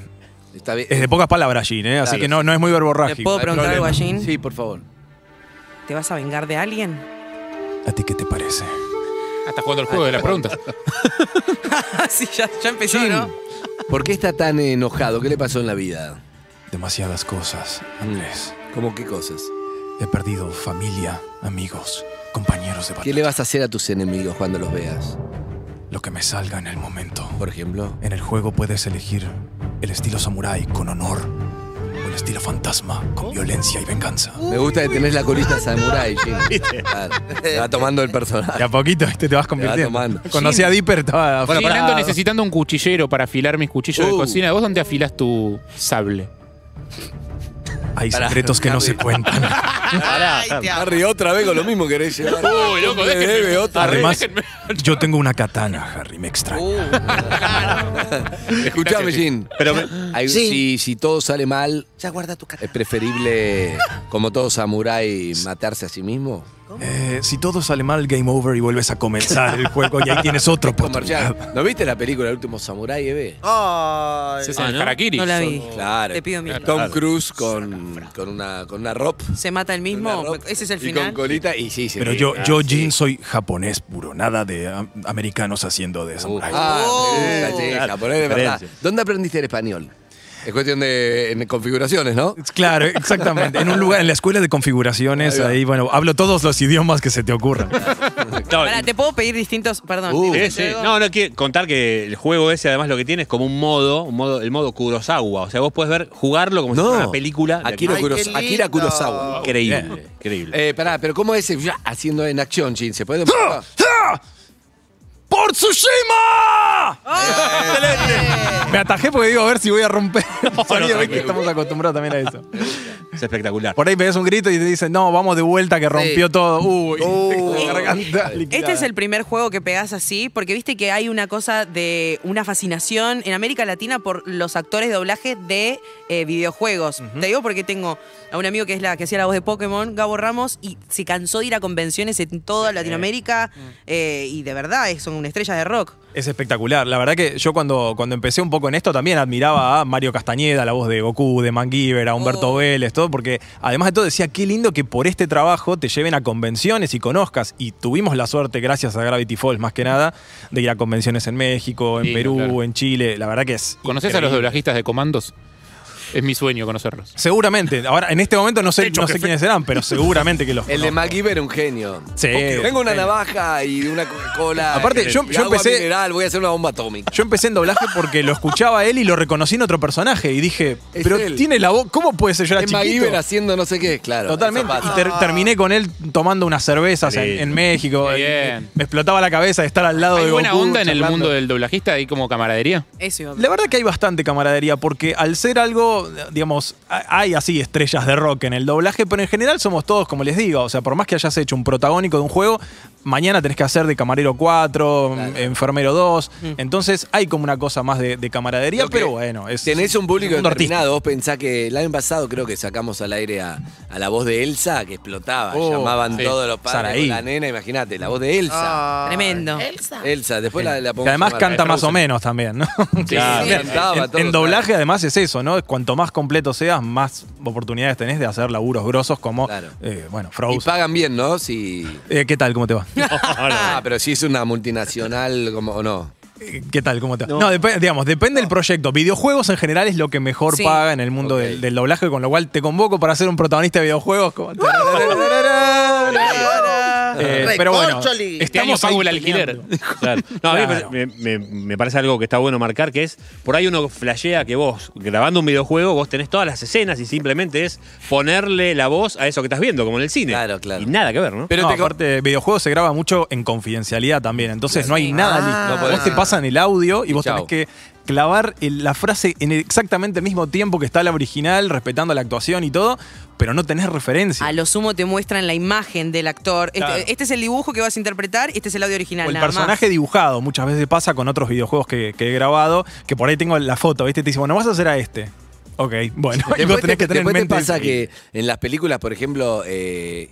Speaker 2: Está bien.
Speaker 8: Es de pocas palabras, Jin, ¿eh? así
Speaker 2: Claro.
Speaker 8: que no, no es muy
Speaker 4: ¿Le
Speaker 8: verborrágico.
Speaker 4: puedo
Speaker 8: No hay
Speaker 4: preguntar algo a
Speaker 8: problema.
Speaker 4: Jin?
Speaker 2: Sí, por favor.
Speaker 4: ¿Te vas a vengar de alguien?
Speaker 8: ¿A ti qué te parece?
Speaker 5: Hasta jugando el juego de las preguntas.
Speaker 4: Ah, sí, ya, ya empezó,
Speaker 2: Jin,
Speaker 4: ¿no?
Speaker 2: ¿por qué está tan enojado? ¿Qué le pasó en la vida?
Speaker 8: Demasiadas cosas, Andrés.
Speaker 2: ¿Cómo qué cosas?
Speaker 8: He perdido familia, amigos, compañeros de
Speaker 2: ¿Qué
Speaker 8: batalla.
Speaker 2: le vas a hacer a tus enemigos cuando los veas?
Speaker 8: Lo que me salga en el momento.
Speaker 2: Por ejemplo.
Speaker 8: En el juego puedes elegir el estilo samurái con honor o el estilo fantasma con violencia y venganza.
Speaker 2: Me gusta que tenés la colita samurai, Jin. Claro. Te va tomando el personaje.
Speaker 8: a poquito este te vas
Speaker 2: tomando.
Speaker 8: Conocí a Dipper, estaba
Speaker 5: Bueno,
Speaker 8: aficionado.
Speaker 5: ando necesitando un cuchillero para afilar mis cuchillos de
Speaker 2: Uh.
Speaker 5: cocina. ¿Vos dónde afilás tu sable?
Speaker 8: Hay secretos que no se cuentan.
Speaker 7: Pará,
Speaker 2: Harry, otra vez con lo mismo querés llevar.
Speaker 5: Uy, loco,
Speaker 2: Me
Speaker 5: déjenme.
Speaker 2: debe otra vez. Uh.
Speaker 8: Además, yo tengo una katana, Harry, me extraña.
Speaker 2: Escuchame,
Speaker 5: Gracias,
Speaker 2: Jin.
Speaker 7: Pero me-
Speaker 2: Hay-
Speaker 3: Jin.
Speaker 2: Si, si todo sale mal,
Speaker 3: Ya guarda tu
Speaker 2: ¿es
Speaker 3: cara.
Speaker 2: preferible, como todo samurái, matarse a sí mismo?
Speaker 8: Eh, si todo sale mal, game over y vuelves a comenzar el juego y ahí tienes otro oportunidad.
Speaker 2: Comercial. ¿No viste la película El último samurái, Eve?
Speaker 3: Ay.
Speaker 5: Se hacen
Speaker 7: Ah,
Speaker 5: el
Speaker 7: ¿no?
Speaker 5: harakiri.
Speaker 4: No la
Speaker 5: Son-
Speaker 4: vi.
Speaker 2: Claro.
Speaker 4: Te pido mil.
Speaker 2: Tom Cruise con, con una, con una ropa.
Speaker 4: ¿Se mata el mismo? Ese es el
Speaker 2: Y
Speaker 4: final.
Speaker 2: con colita, y ah, sí, sí.
Speaker 8: Pero yo, yo Jin, soy japonés puro, nada de am- americanos haciendo de samurai.
Speaker 2: Ah,
Speaker 4: Oh.
Speaker 2: me gusta, sí,
Speaker 7: Claro,
Speaker 2: japonés de verdad.
Speaker 7: diferencia.
Speaker 2: ¿Dónde aprendiste el español? Es cuestión de en configuraciones, ¿no?
Speaker 8: Claro, exactamente. En un lugar, en la escuela de configuraciones,
Speaker 2: Ahí va.
Speaker 8: ahí, bueno, hablo todos los idiomas que se te ocurran.
Speaker 7: no,
Speaker 4: Pará, ¿te puedo pedir distintos? Perdón.
Speaker 2: Uh,
Speaker 7: Sí,
Speaker 4: ¿te-
Speaker 7: sí.
Speaker 4: te-
Speaker 7: No, no, quiero contar que el juego ese, además, lo que tiene es como un modo, un modo el modo Kurosawa. O sea, vos puedes ver, jugarlo como si fuera una película. de
Speaker 2: Akira,
Speaker 3: Ay, qué
Speaker 2: Kuros-
Speaker 3: lindo.
Speaker 2: Akira Kurosawa.
Speaker 7: Increíble, increíble. ¡Ah!
Speaker 2: Eh, pará, pero ¿cómo es el ya haciendo en acción, Jin? ¿Se puede?
Speaker 8: ¡Por Tsushima! Me atajé porque digo, a ver si voy a romper. Sonido, ves que estamos acostumbrados también a eso.
Speaker 7: Es espectacular.
Speaker 8: Por ahí pegas un grito y te dicen, no, vamos de vuelta que rompió todo. Uy,
Speaker 3: Uy.
Speaker 8: garganta
Speaker 4: Este
Speaker 8: liquidada.
Speaker 4: es el primer juego que pegás así, porque viste que hay una cosa de una fascinación en América Latina por los actores de doblaje de eh, videojuegos. Te digo porque tengo a un amigo que es la que hacía la voz de Pokémon, Gabo Ramos, y se cansó de ir a convenciones en toda Latinoamérica eh, y de verdad eh, son una estrella de rock.
Speaker 8: Es espectacular. La verdad que yo cuando, cuando empecé un poco en esto también admiraba a Mario Castañeda, la voz de Goku, de Mangiver, a Humberto
Speaker 4: Oh.
Speaker 8: Vélez, todo, porque además de todo decía, qué lindo que por este trabajo te lleven a convenciones y conozcas. Y tuvimos la suerte, gracias a Gravity Falls más que nada, de ir a convenciones en México, en
Speaker 5: Sí,
Speaker 8: Perú,
Speaker 5: claro.
Speaker 8: en Chile. La verdad que es...
Speaker 5: ¿Conocés a los
Speaker 8: increíble.
Speaker 5: doblajistas de comandos? Es mi sueño conocerlos.
Speaker 8: Seguramente. Ahora, en este momento no sé, no sé quiénes serán, pero seguramente que los
Speaker 2: El de
Speaker 8: conozco.
Speaker 2: MacGyver un genio.
Speaker 8: Sí.
Speaker 2: Tengo una navaja y una cola.
Speaker 8: Aparte, yo- yo empecé-
Speaker 2: Mineral, voy a hacer una bomba atómica.
Speaker 8: Yo empecé en doblaje porque lo escuchaba a él y lo reconocí en otro personaje. Y dije,
Speaker 2: Es
Speaker 8: pero
Speaker 2: él.
Speaker 8: tiene la voz. ¿Cómo puede ser yo era
Speaker 2: Es MacGyver
Speaker 8: chiquito?
Speaker 2: haciendo no sé qué, claro.
Speaker 8: Totalmente.
Speaker 2: eso
Speaker 8: Y
Speaker 2: pasa.
Speaker 8: ter- terminé con él tomando unas cervezas en, en México.
Speaker 5: Qué
Speaker 8: Y-
Speaker 5: bien.
Speaker 8: Me explotaba la cabeza de estar al lado
Speaker 5: ¿Hay
Speaker 8: de
Speaker 5: buena
Speaker 8: Goku,
Speaker 5: onda en el
Speaker 8: charlando.
Speaker 5: mundo del doblajista? ¿Hay como camaradería?
Speaker 4: Eso.
Speaker 8: La verdad que hay bastante camaradería, porque al ser algo, digamos, ha- hay así estrellas de rock en el doblaje, pero en general somos todos, como les digo, o sea, por más que hayas hecho un protagónico de un juego, mañana tenés que hacer de camarero 4, enfermero 2, entonces hay como una cosa más de, de camaradería,
Speaker 2: Lo que
Speaker 8: pero bueno, es...
Speaker 2: Tenés un público
Speaker 8: mundo artístico.
Speaker 2: determinado. Vos pensás que el año pasado creo que sacamos al aire a, a la voz de Elsa, que explotaba.
Speaker 8: Oh,
Speaker 2: Llamaban
Speaker 5: sí.
Speaker 2: todos los padres
Speaker 8: Saraí.
Speaker 2: con la nena, imagínate, la voz de Elsa.
Speaker 4: Ah. Tremendo.
Speaker 2: Elsa, después la, la
Speaker 8: Que además
Speaker 2: podemos
Speaker 8: canta
Speaker 2: llamar.
Speaker 8: más o menos también, ¿no?
Speaker 5: Claro.
Speaker 2: Sí, cantaba,
Speaker 8: En-
Speaker 2: todo,
Speaker 8: en,
Speaker 2: claro.
Speaker 8: doblaje además es eso, ¿no? Cuanto más completo seas, más oportunidades tenés de hacer laburos grosos como,
Speaker 2: Claro.
Speaker 8: eh, bueno,
Speaker 2: Y
Speaker 8: Frozen.
Speaker 2: pagan bien, ¿no? Si.
Speaker 8: Eh, ¿Qué tal? ¿Cómo te va?
Speaker 2: Ah, pero si es una multinacional como, o no.
Speaker 8: Eh, ¿Qué tal? ¿Cómo te va? No, depe- digamos, depende del proyecto. Videojuegos en general es lo que mejor
Speaker 4: Sí.
Speaker 8: paga en el mundo
Speaker 2: Ok.
Speaker 8: del, del doblaje, con lo cual te convoco para ser un protagonista de videojuegos. como- Eh, pero bueno,
Speaker 3: Recorcholi.
Speaker 5: Este año
Speaker 8: ahí
Speaker 5: pago el alquiler.
Speaker 8: peleando.
Speaker 7: Claro. No, a mí me
Speaker 8: Claro.
Speaker 7: parece- me, me- me parece algo que está bueno marcar, que es, por ahí uno flashea que vos, grabando un videojuego, vos tenés todas las escenas y simplemente es ponerle la voz a eso que estás viendo, como en el cine.
Speaker 2: Claro, claro.
Speaker 7: Y nada que ver, ¿no?
Speaker 2: Pero
Speaker 8: no,
Speaker 2: te co-
Speaker 8: aparte, videojuegos se graba mucho en confidencialidad también, entonces no hay nada
Speaker 3: Ah.
Speaker 8: listo.
Speaker 2: No
Speaker 8: vos te
Speaker 2: podés.
Speaker 8: pasan el audio y vos
Speaker 2: Chau.
Speaker 8: tenés que clavar el- la frase en exactamente el mismo tiempo que está la original, respetando la actuación y todo, pero no tenés referencia.
Speaker 4: A lo sumo te muestran la imagen del actor. Este,
Speaker 8: Claro.
Speaker 4: este es el dibujo que vas a interpretar, este es el audio original.
Speaker 8: O el
Speaker 4: nada más.
Speaker 8: personaje dibujado, muchas veces pasa con otros videojuegos que, que he grabado, que por ahí tengo la foto, ¿viste? Te dice, bueno, vas a hacer a este. Ok, bueno, y vos
Speaker 2: Después,
Speaker 8: tenés
Speaker 2: te,
Speaker 8: que tener en
Speaker 2: después te
Speaker 8: mente.
Speaker 2: pasa que en las películas, por ejemplo, eh,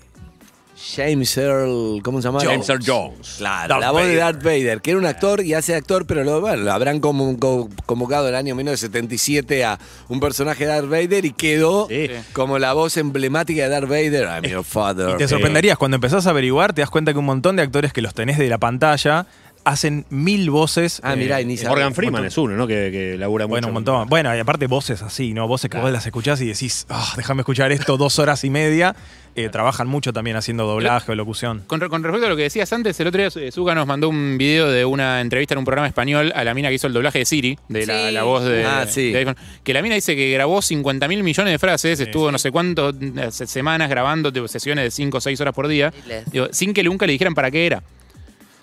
Speaker 2: James Earl, ¿cómo se llama?
Speaker 7: James Earl Jones.
Speaker 2: Claro,
Speaker 8: Darth
Speaker 2: la voz de
Speaker 8: Vader.
Speaker 2: Darth Vader, que era un actor y hace actor, pero lo, bueno, lo habrán convo- co- convocado el año 1977 a un personaje de Darth Vader y quedó
Speaker 7: Sí.
Speaker 2: como la voz emblemática de Darth Vader. I'm your father.
Speaker 8: Y te sorprenderías, cuando empezás a averiguar, te das cuenta que un montón de actores que los tenés de la pantalla hacen mil voces. eh,
Speaker 2: Ah, mirá, y ni sabía.
Speaker 7: Eh, Morgan Freeman es uno, ¿no? Que, que labura
Speaker 8: Bueno,
Speaker 7: mucho.
Speaker 8: un montón. Bueno, y aparte voces así, ¿no? Voces que vos las escuchás y decís, "Ah, déjame escuchar esto dos horas y media. Eh, trabajan mucho también haciendo doblaje o locución.
Speaker 5: Con, re- con respecto a lo que decías antes, el otro día eh, Zuka nos mandó un video de una entrevista en un programa español a la mina que hizo el doblaje de Siri, de la,
Speaker 4: Sí.
Speaker 5: la voz de,
Speaker 2: Ah, sí.
Speaker 5: de iPhone, que la mina dice que grabó 50 mil millones de frases, estuvo no sé cuántas semanas grabando tipo, sesiones de 5 o 6 horas por día,
Speaker 3: Miles.
Speaker 5: digo, sin que nunca le dijeran para qué era.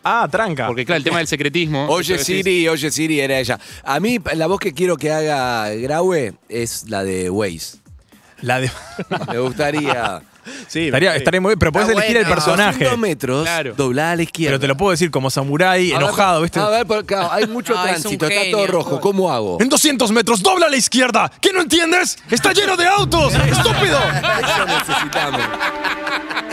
Speaker 8: Ah, tranca.
Speaker 5: Porque claro, el tema del secretismo.
Speaker 2: Oye
Speaker 5: eso decís,
Speaker 2: Siri, oye Siri, era ella. A mí la voz que quiero que haga Graue es la de Waze.
Speaker 8: La de-
Speaker 2: Me gustaría.
Speaker 7: Sí,
Speaker 8: Estaría,
Speaker 7: sí.
Speaker 8: estaría muy bien, pero podés
Speaker 3: Está
Speaker 8: elegir el
Speaker 3: bueno.
Speaker 8: personaje.
Speaker 2: 200 metros,
Speaker 5: Claro.
Speaker 2: doblá a la izquierda.
Speaker 8: Pero te lo puedo decir como samurái,
Speaker 2: Ahora,
Speaker 8: enojado, ¿viste?
Speaker 2: A ver, porque hay mucho
Speaker 4: Ah, es un
Speaker 2: tránsito, está
Speaker 4: genio.
Speaker 2: todo rojo. ¿Cómo hago?
Speaker 8: En 200 metros, dobla a la izquierda. ¿Qué no entiendes? ¡Está lleno de autos! ¡Estúpido!
Speaker 2: Eso necesitamos.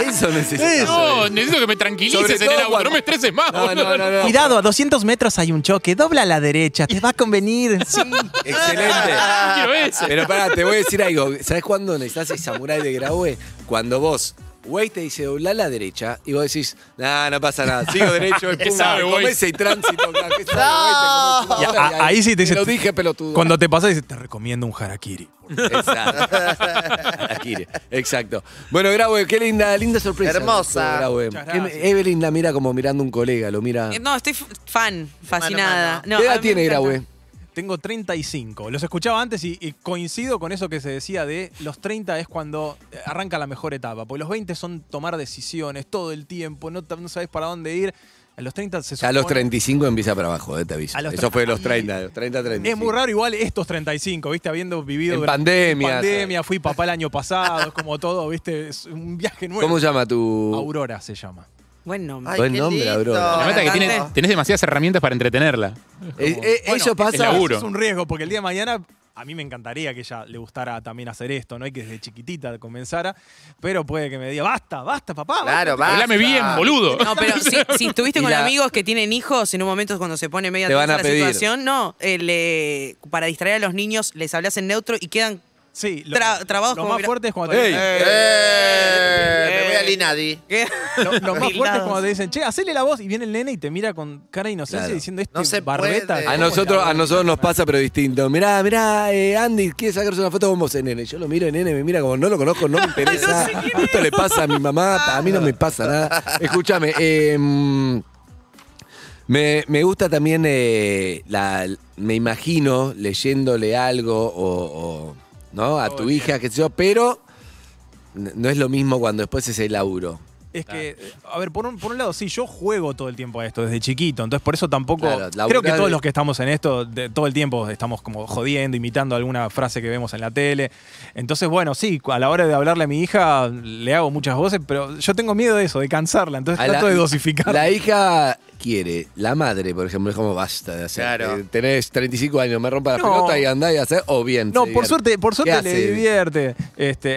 Speaker 2: Eso necesitamos.
Speaker 5: No, necesito que me
Speaker 2: Sobre
Speaker 5: tranquilices en
Speaker 2: todo
Speaker 5: el auto,
Speaker 2: cuando-
Speaker 5: no me estreses más.
Speaker 2: No,
Speaker 5: boludo.
Speaker 2: no, no, no.
Speaker 8: Cuidado, a 200 metros hay un choque. Dobla a la derecha, te va a convenir. Sí.
Speaker 2: Excelente.
Speaker 5: Quiero ese.
Speaker 2: Pero pará, te voy a decir algo. ¿Sabes cuándo necesitas el samurái de Graue? Cuando vos. Wey te dice doblar a la derecha y vos decís, nah, no pasa nada, sigo derecho, y
Speaker 5: ¿Qué
Speaker 2: pum,
Speaker 5: sabe, Weiss?
Speaker 2: comés seis tránsito. acá, ¿qué sabe, Weiss? Te comés una
Speaker 8: Y a-
Speaker 2: hora y
Speaker 8: a- ahí sí te dice-
Speaker 2: Lo dije, pelotudo.
Speaker 8: Cuando te pasa, dice, te recomiendo un harakiri.
Speaker 2: Exacto. Harakiri. Exacto. Bueno, Graue, qué linda, linda sorpresa.
Speaker 3: Hermosa.
Speaker 2: Graue.
Speaker 8: Muchas gracias.
Speaker 2: Em- Evelyn la mira como mirando un colega, lo mira.
Speaker 4: Eh, No, estoy f- fan,
Speaker 3: mano a
Speaker 4: fascinada.
Speaker 3: mano.
Speaker 4: No,
Speaker 2: ¿Qué edad
Speaker 4: a mí me
Speaker 2: tiene
Speaker 4: encanta.
Speaker 2: Graue?
Speaker 8: Tengo 35. Los escuchaba antes y, y coincido con eso que se decía de los 30 es cuando arranca la mejor etapa. Porque los 20 son tomar decisiones todo el tiempo, no, ta- no sabes para dónde ir. A los 30 se
Speaker 2: A los
Speaker 8: supone-
Speaker 2: 35 empieza para abajo, eh, te aviso.
Speaker 8: A los
Speaker 2: Eso fue de los
Speaker 8: 30.
Speaker 2: 30, de los 30,
Speaker 8: Es
Speaker 2: 35.
Speaker 8: muy raro igual estos 35, ¿viste? Habiendo vivido
Speaker 2: En
Speaker 8: durante-
Speaker 2: pandemia,
Speaker 8: pandemia, fui papá el año pasado, es como todo, ¿viste? Es un viaje nuevo.
Speaker 2: ¿Cómo se llama tu...?
Speaker 8: Aurora se llama.
Speaker 4: Buen nombre.
Speaker 3: Ay,
Speaker 2: Buen
Speaker 3: qué
Speaker 2: nombre,
Speaker 3: lindo.
Speaker 2: Aurora.
Speaker 5: La meta es que
Speaker 4: Cantante.
Speaker 5: tiene- tenés demasiadas herramientas para entretenerla.
Speaker 2: Eh, eh,
Speaker 8: Bueno,
Speaker 2: eso pasa...
Speaker 5: el laburo.
Speaker 8: Es un riesgo, porque el día de mañana a mí me encantaría que ella le gustara también hacer esto, ¿no? hay que desde chiquitita comenzara, pero puede que me diga, basta, basta, papá.
Speaker 3: Claro, va.
Speaker 5: Hablame bien, boludo.
Speaker 4: No, pero si, si estuviste
Speaker 2: Y
Speaker 4: con
Speaker 2: la-
Speaker 4: amigos que tienen hijos, en un momento es cuando se pone media
Speaker 2: Te van
Speaker 4: tensa
Speaker 2: a
Speaker 4: la
Speaker 2: pedir.
Speaker 4: situación, no, eh, le- para distraer a los niños les hablas en neutro y quedan Eh,
Speaker 8: Sí, lo,
Speaker 4: Tra- trabados
Speaker 8: lo
Speaker 4: como
Speaker 8: más
Speaker 4: gra-
Speaker 8: fuerte es cuando te
Speaker 2: ¡Ey!
Speaker 8: dicen,
Speaker 3: Eh, me voy al Inadi.
Speaker 4: ¿qué?
Speaker 8: lo, eh, lo más fuerte es
Speaker 4: Bailados.
Speaker 8: cuando te dicen, che, hacele la voz y viene el nene y te mira con cara de inocencia
Speaker 2: Claro.
Speaker 8: diciendo este
Speaker 3: No se
Speaker 8: barbeta.
Speaker 3: puede.
Speaker 8: ¿cómo
Speaker 2: A
Speaker 8: es
Speaker 2: nosotros,
Speaker 8: la
Speaker 2: a
Speaker 8: voz?"
Speaker 2: nosotros nos pasa, pero distinto. Mirá, mirá, eh, Andy, quiere sacarse una foto con vos, eh, nene. Yo lo miro, eh, nene, me mira como no lo conozco, no me interesa. Esto le pasa a mi mamá, a mí no me pasa nada. Escúchame, eh, mm, me, me gusta también, eh, la, me imagino leyéndole algo o, o, ¿no? a tu hija, qué sé yo, pero n- no es lo mismo cuando después es el laburo.
Speaker 8: Es que, a ver, por un, por un lado, sí, yo juego todo el tiempo a esto desde chiquito, entonces por eso tampoco.
Speaker 2: Claro,
Speaker 8: creo que
Speaker 2: laburar-
Speaker 8: todos los que estamos en esto, de- todo el tiempo estamos como jodiendo, imitando alguna frase que vemos en la tele. Entonces, bueno, sí, a la hora de hablarle a mi hija, le hago muchas voces, pero yo tengo miedo de eso, de cansarla, entonces
Speaker 2: A
Speaker 8: trato
Speaker 2: la-
Speaker 8: de dosificar.
Speaker 2: La hija quiere, la madre, por ejemplo, es como basta de hacer.
Speaker 3: Claro.
Speaker 2: eh, Tenés 35 años, me rompa la
Speaker 8: No.
Speaker 2: pelota y andá y hacer, o bien.
Speaker 8: No,
Speaker 2: se
Speaker 8: por
Speaker 2: divierte.
Speaker 8: suerte, por
Speaker 2: ¿Qué
Speaker 8: suerte le
Speaker 2: hace?
Speaker 8: divierte. Este,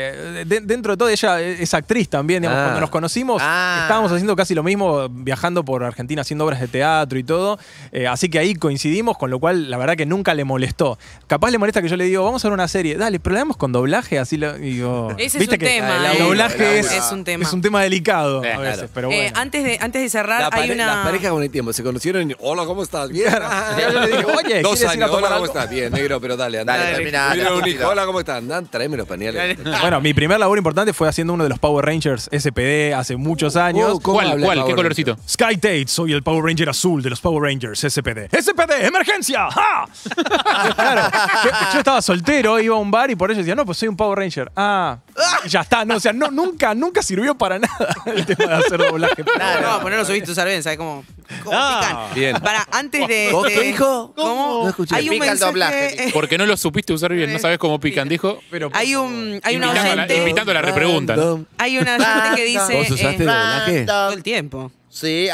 Speaker 8: de- dentro de todo, ella es actriz también. digamos,
Speaker 2: Ah.
Speaker 8: Cuando nos conocimos,
Speaker 3: Ah.
Speaker 8: estábamos haciendo casi lo mismo, viajando por Argentina, haciendo obras de teatro y todo. Eh, así que ahí coincidimos, con lo cual la verdad que nunca le molestó. Capaz le molesta que yo le digo, vamos a ver una serie. Dale, pero la vemos con doblaje, así lo digo.
Speaker 4: Ese es
Speaker 8: Viste
Speaker 4: un
Speaker 8: que
Speaker 4: tema,
Speaker 8: El
Speaker 2: eh.
Speaker 8: doblaje
Speaker 2: El
Speaker 8: es,
Speaker 4: laburo. Es un tema.
Speaker 8: delicado
Speaker 5: Eh,
Speaker 8: a veces,
Speaker 2: claro.
Speaker 8: pero
Speaker 4: Eh,
Speaker 8: bueno.
Speaker 4: antes, de, antes de cerrar,
Speaker 2: La
Speaker 4: hay
Speaker 2: pare-
Speaker 4: una.
Speaker 2: Las parejas con el tiempo. Se conocieron y, hola, ¿cómo estás? Bien.
Speaker 8: Yo le dije, oye,
Speaker 2: dos
Speaker 8: ¿quieres ir
Speaker 2: años,
Speaker 8: a tomar
Speaker 2: hola, ¿cómo
Speaker 8: algo?
Speaker 2: estás? Bien, negro, pero dale, anda.
Speaker 3: Dale,
Speaker 2: Mira,
Speaker 3: termina, dale,
Speaker 2: un hijo,
Speaker 3: tranquilo.
Speaker 2: hola, ¿cómo estás? Andan, tráeme los pañales. Uh,
Speaker 8: Bueno, mi primer labor importante fue haciendo uno de los Power Rangers SPD hace muchos años.
Speaker 2: Uh, ¿cómo
Speaker 5: ¿Cuál?
Speaker 2: habla el
Speaker 5: ¿Cuál? ¿Qué
Speaker 2: Power
Speaker 5: colorcito?
Speaker 8: Sky Tate, soy el Power Ranger azul de los Power Rangers SPD. SPD, emergencia. ¡Ja! claro, yo, yo estaba soltero, iba a un bar y por ello decía, no, pues soy un Power Ranger. Ah, y ya está. No, o sea, no, nunca, nunca sirvió para nada el tema de hacer doblaje.
Speaker 4: No, pero no lo subiste, ¿sabes? ¿Sabes cómo? cómo
Speaker 8: Ah,
Speaker 4: pican?
Speaker 2: bien.
Speaker 4: Para, antes de.
Speaker 3: ¿Vos
Speaker 4: de-
Speaker 3: qué dijo?
Speaker 4: ¿Cómo?
Speaker 3: No escuché.
Speaker 4: Hay un
Speaker 3: Pica el
Speaker 4: mensaje. eh,
Speaker 3: doblaje.
Speaker 5: Porque no lo supiste usar bien, no sabes cómo pican, dijo.
Speaker 8: Pero,
Speaker 4: Hay un. Hay una
Speaker 5: Invitando a la-
Speaker 4: oyente.
Speaker 5: invitando a la repregunta. ¿no?
Speaker 4: Hay una oyente que dice.
Speaker 2: ¿Vos usaste
Speaker 4: eh,
Speaker 2: doblaje?
Speaker 4: todo el tiempo.
Speaker 3: Sí,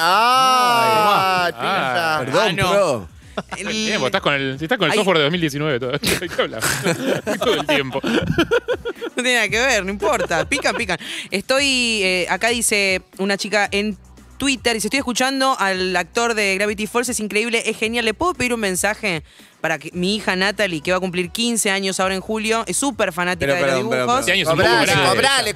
Speaker 3: ah,
Speaker 5: Ah,
Speaker 3: tiene
Speaker 2: Perdón,
Speaker 4: Ah, no.
Speaker 2: pro.
Speaker 5: El tiempo, eh, estás con el, estás con el
Speaker 4: Ay.
Speaker 5: software de 2019 todavía. ¿De qué hablas? Todo el tiempo.
Speaker 4: No tiene nada que ver, no importa. Pican, pican. Estoy. eh, acá dice una chica en Twitter. Dice: Estoy escuchando al actor de Gravity Falls. Es increíble, es genial. ¿Le puedo pedir un mensaje para que mi hija Natalie, que va a cumplir 15 años ahora en julio, es súper fanática
Speaker 2: Pero,
Speaker 4: de
Speaker 2: perdón,
Speaker 4: los
Speaker 2: pero,
Speaker 4: dibujos?
Speaker 5: Este año es un poco
Speaker 3: Cobrale,
Speaker 5: grande.
Speaker 3: cobrale,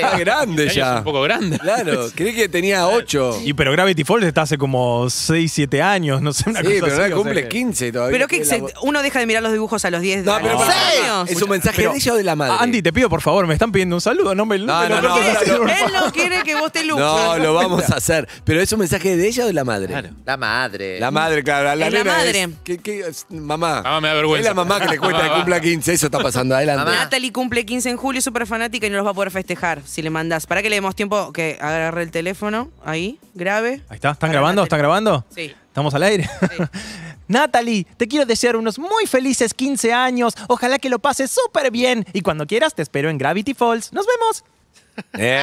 Speaker 2: Está
Speaker 5: Este
Speaker 2: Ah, grande
Speaker 5: año
Speaker 2: ya.
Speaker 5: es un poco grande.
Speaker 2: Claro, creí que tenía 8.
Speaker 8: y, pero Gravity Falls está hace como 6, 7 años, no sé, una
Speaker 2: Sí,
Speaker 8: cosa
Speaker 2: pero
Speaker 8: así, o
Speaker 2: no
Speaker 8: sea
Speaker 2: cumple
Speaker 8: que-
Speaker 2: 15 todavía.
Speaker 4: Pero que
Speaker 2: Tiene la
Speaker 4: se-
Speaker 2: voz-
Speaker 4: uno deja de mirar los dibujos a los 10
Speaker 2: No, pero
Speaker 4: años.
Speaker 2: pará.
Speaker 4: años.
Speaker 2: ¿Es un mensaje
Speaker 8: Pero-
Speaker 2: de ella o de la madre?
Speaker 8: Andy, te pido por favor, me están pidiendo un saludo, no me no
Speaker 2: No,
Speaker 8: me lo
Speaker 2: no, no,
Speaker 8: cortes,
Speaker 2: no,
Speaker 8: por
Speaker 4: Él
Speaker 8: favor.
Speaker 4: no quiere que vos te luzcas.
Speaker 2: No, lo vamos a hacer. ¿Pero es un mensaje de ella o de la madre? Eh,
Speaker 3: La madre.
Speaker 2: La madre, claro. La,
Speaker 4: Es la
Speaker 2: nena
Speaker 4: madre.
Speaker 2: es- ¿qué- qué es? mamá.
Speaker 8: Ah,
Speaker 5: Mamá, me da vergüenza.
Speaker 2: Es la mamá que le cuenta que
Speaker 5: Mamá.
Speaker 2: cumpla 15. Eso está pasando. Adelante.
Speaker 3: Mamá.
Speaker 4: Natalie cumple 15 en julio, súper fanática y no los va a poder festejar si le mandás. Para que le demos tiempo que agarre el teléfono ahí, grave.
Speaker 8: Ahí está, ¿están grabando? ¿Están grabando?
Speaker 4: Sí.
Speaker 8: ¿Estamos al aire? Natalie, te quiero desear unos muy felices 15 años. Ojalá que lo pases súper bien. Y cuando quieras, te espero en Gravity Falls. Nos vemos.
Speaker 2: Eh,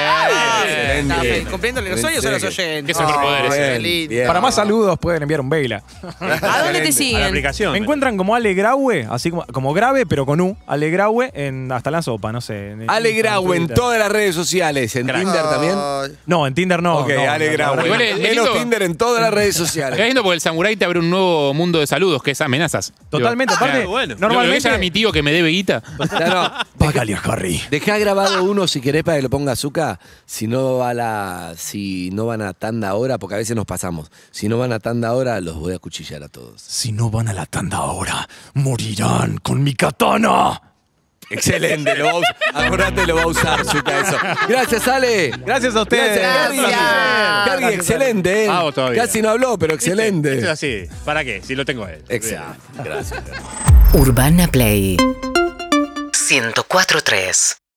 Speaker 4: Está
Speaker 2: excelente.
Speaker 4: bien, Cumpliéndole los sueños a los
Speaker 5: Qué
Speaker 4: oyentes.
Speaker 5: superpoderes.
Speaker 3: Qué
Speaker 2: Bien,
Speaker 3: lindo.
Speaker 2: bien.
Speaker 8: eh. Para más saludos, pueden enviar un Vela.
Speaker 4: ¿A dónde te
Speaker 7: A la
Speaker 4: siguen?
Speaker 7: aplicación.
Speaker 8: Me encuentran como Ale Graue, así como, como grave, pero con U. Ale Graue en Hasta la Sopa, no sé. en
Speaker 2: Ale
Speaker 8: Instagram,
Speaker 2: Grau en
Speaker 8: Twitter.
Speaker 2: todas las redes sociales. En Tinder también.
Speaker 3: Ay,
Speaker 8: No, en Tinder no.
Speaker 2: ok,
Speaker 8: no, la-
Speaker 2: Ale
Speaker 8: la
Speaker 2: Grau.
Speaker 8: verdad que
Speaker 5: Igual es- es
Speaker 2: Menos
Speaker 5: lindo.
Speaker 2: Tinder en todas las redes
Speaker 5: Está
Speaker 2: sociales.
Speaker 5: lindo porque el samurái te abre un nuevo mundo de saludos, que es amenazas.
Speaker 8: Totalmente,
Speaker 5: Digo,
Speaker 8: aparte,
Speaker 5: ah, bueno.
Speaker 8: normalmente-
Speaker 5: ¿Lo ves a mi tío que me debe guita?
Speaker 2: Claro.
Speaker 8: Págale a Harry.
Speaker 2: Dejá grabado uno si querés para que lo ponga azúcar. Si no va la, si no van a tanda ahora, porque a veces nos pasamos. Si no van a tanda ahora, los voy a cuchillar a todos.
Speaker 8: Si no van a la tanda ahora, morirán con mi katana.
Speaker 2: Excelente, lo va a usar. Acordate, lo va a usar, Zucca, eso. Gracias, Ale.
Speaker 8: Gracias a ustedes.
Speaker 2: Cardi.
Speaker 3: Gracias.
Speaker 2: Cardi, excelente, eh.
Speaker 7: Vamos todavía.
Speaker 2: Casi no habló, pero excelente.
Speaker 7: Esto es así. ¿Para qué? Si lo tengo a él.
Speaker 2: Excelente. Gracias.
Speaker 1: Urbana Play 104.3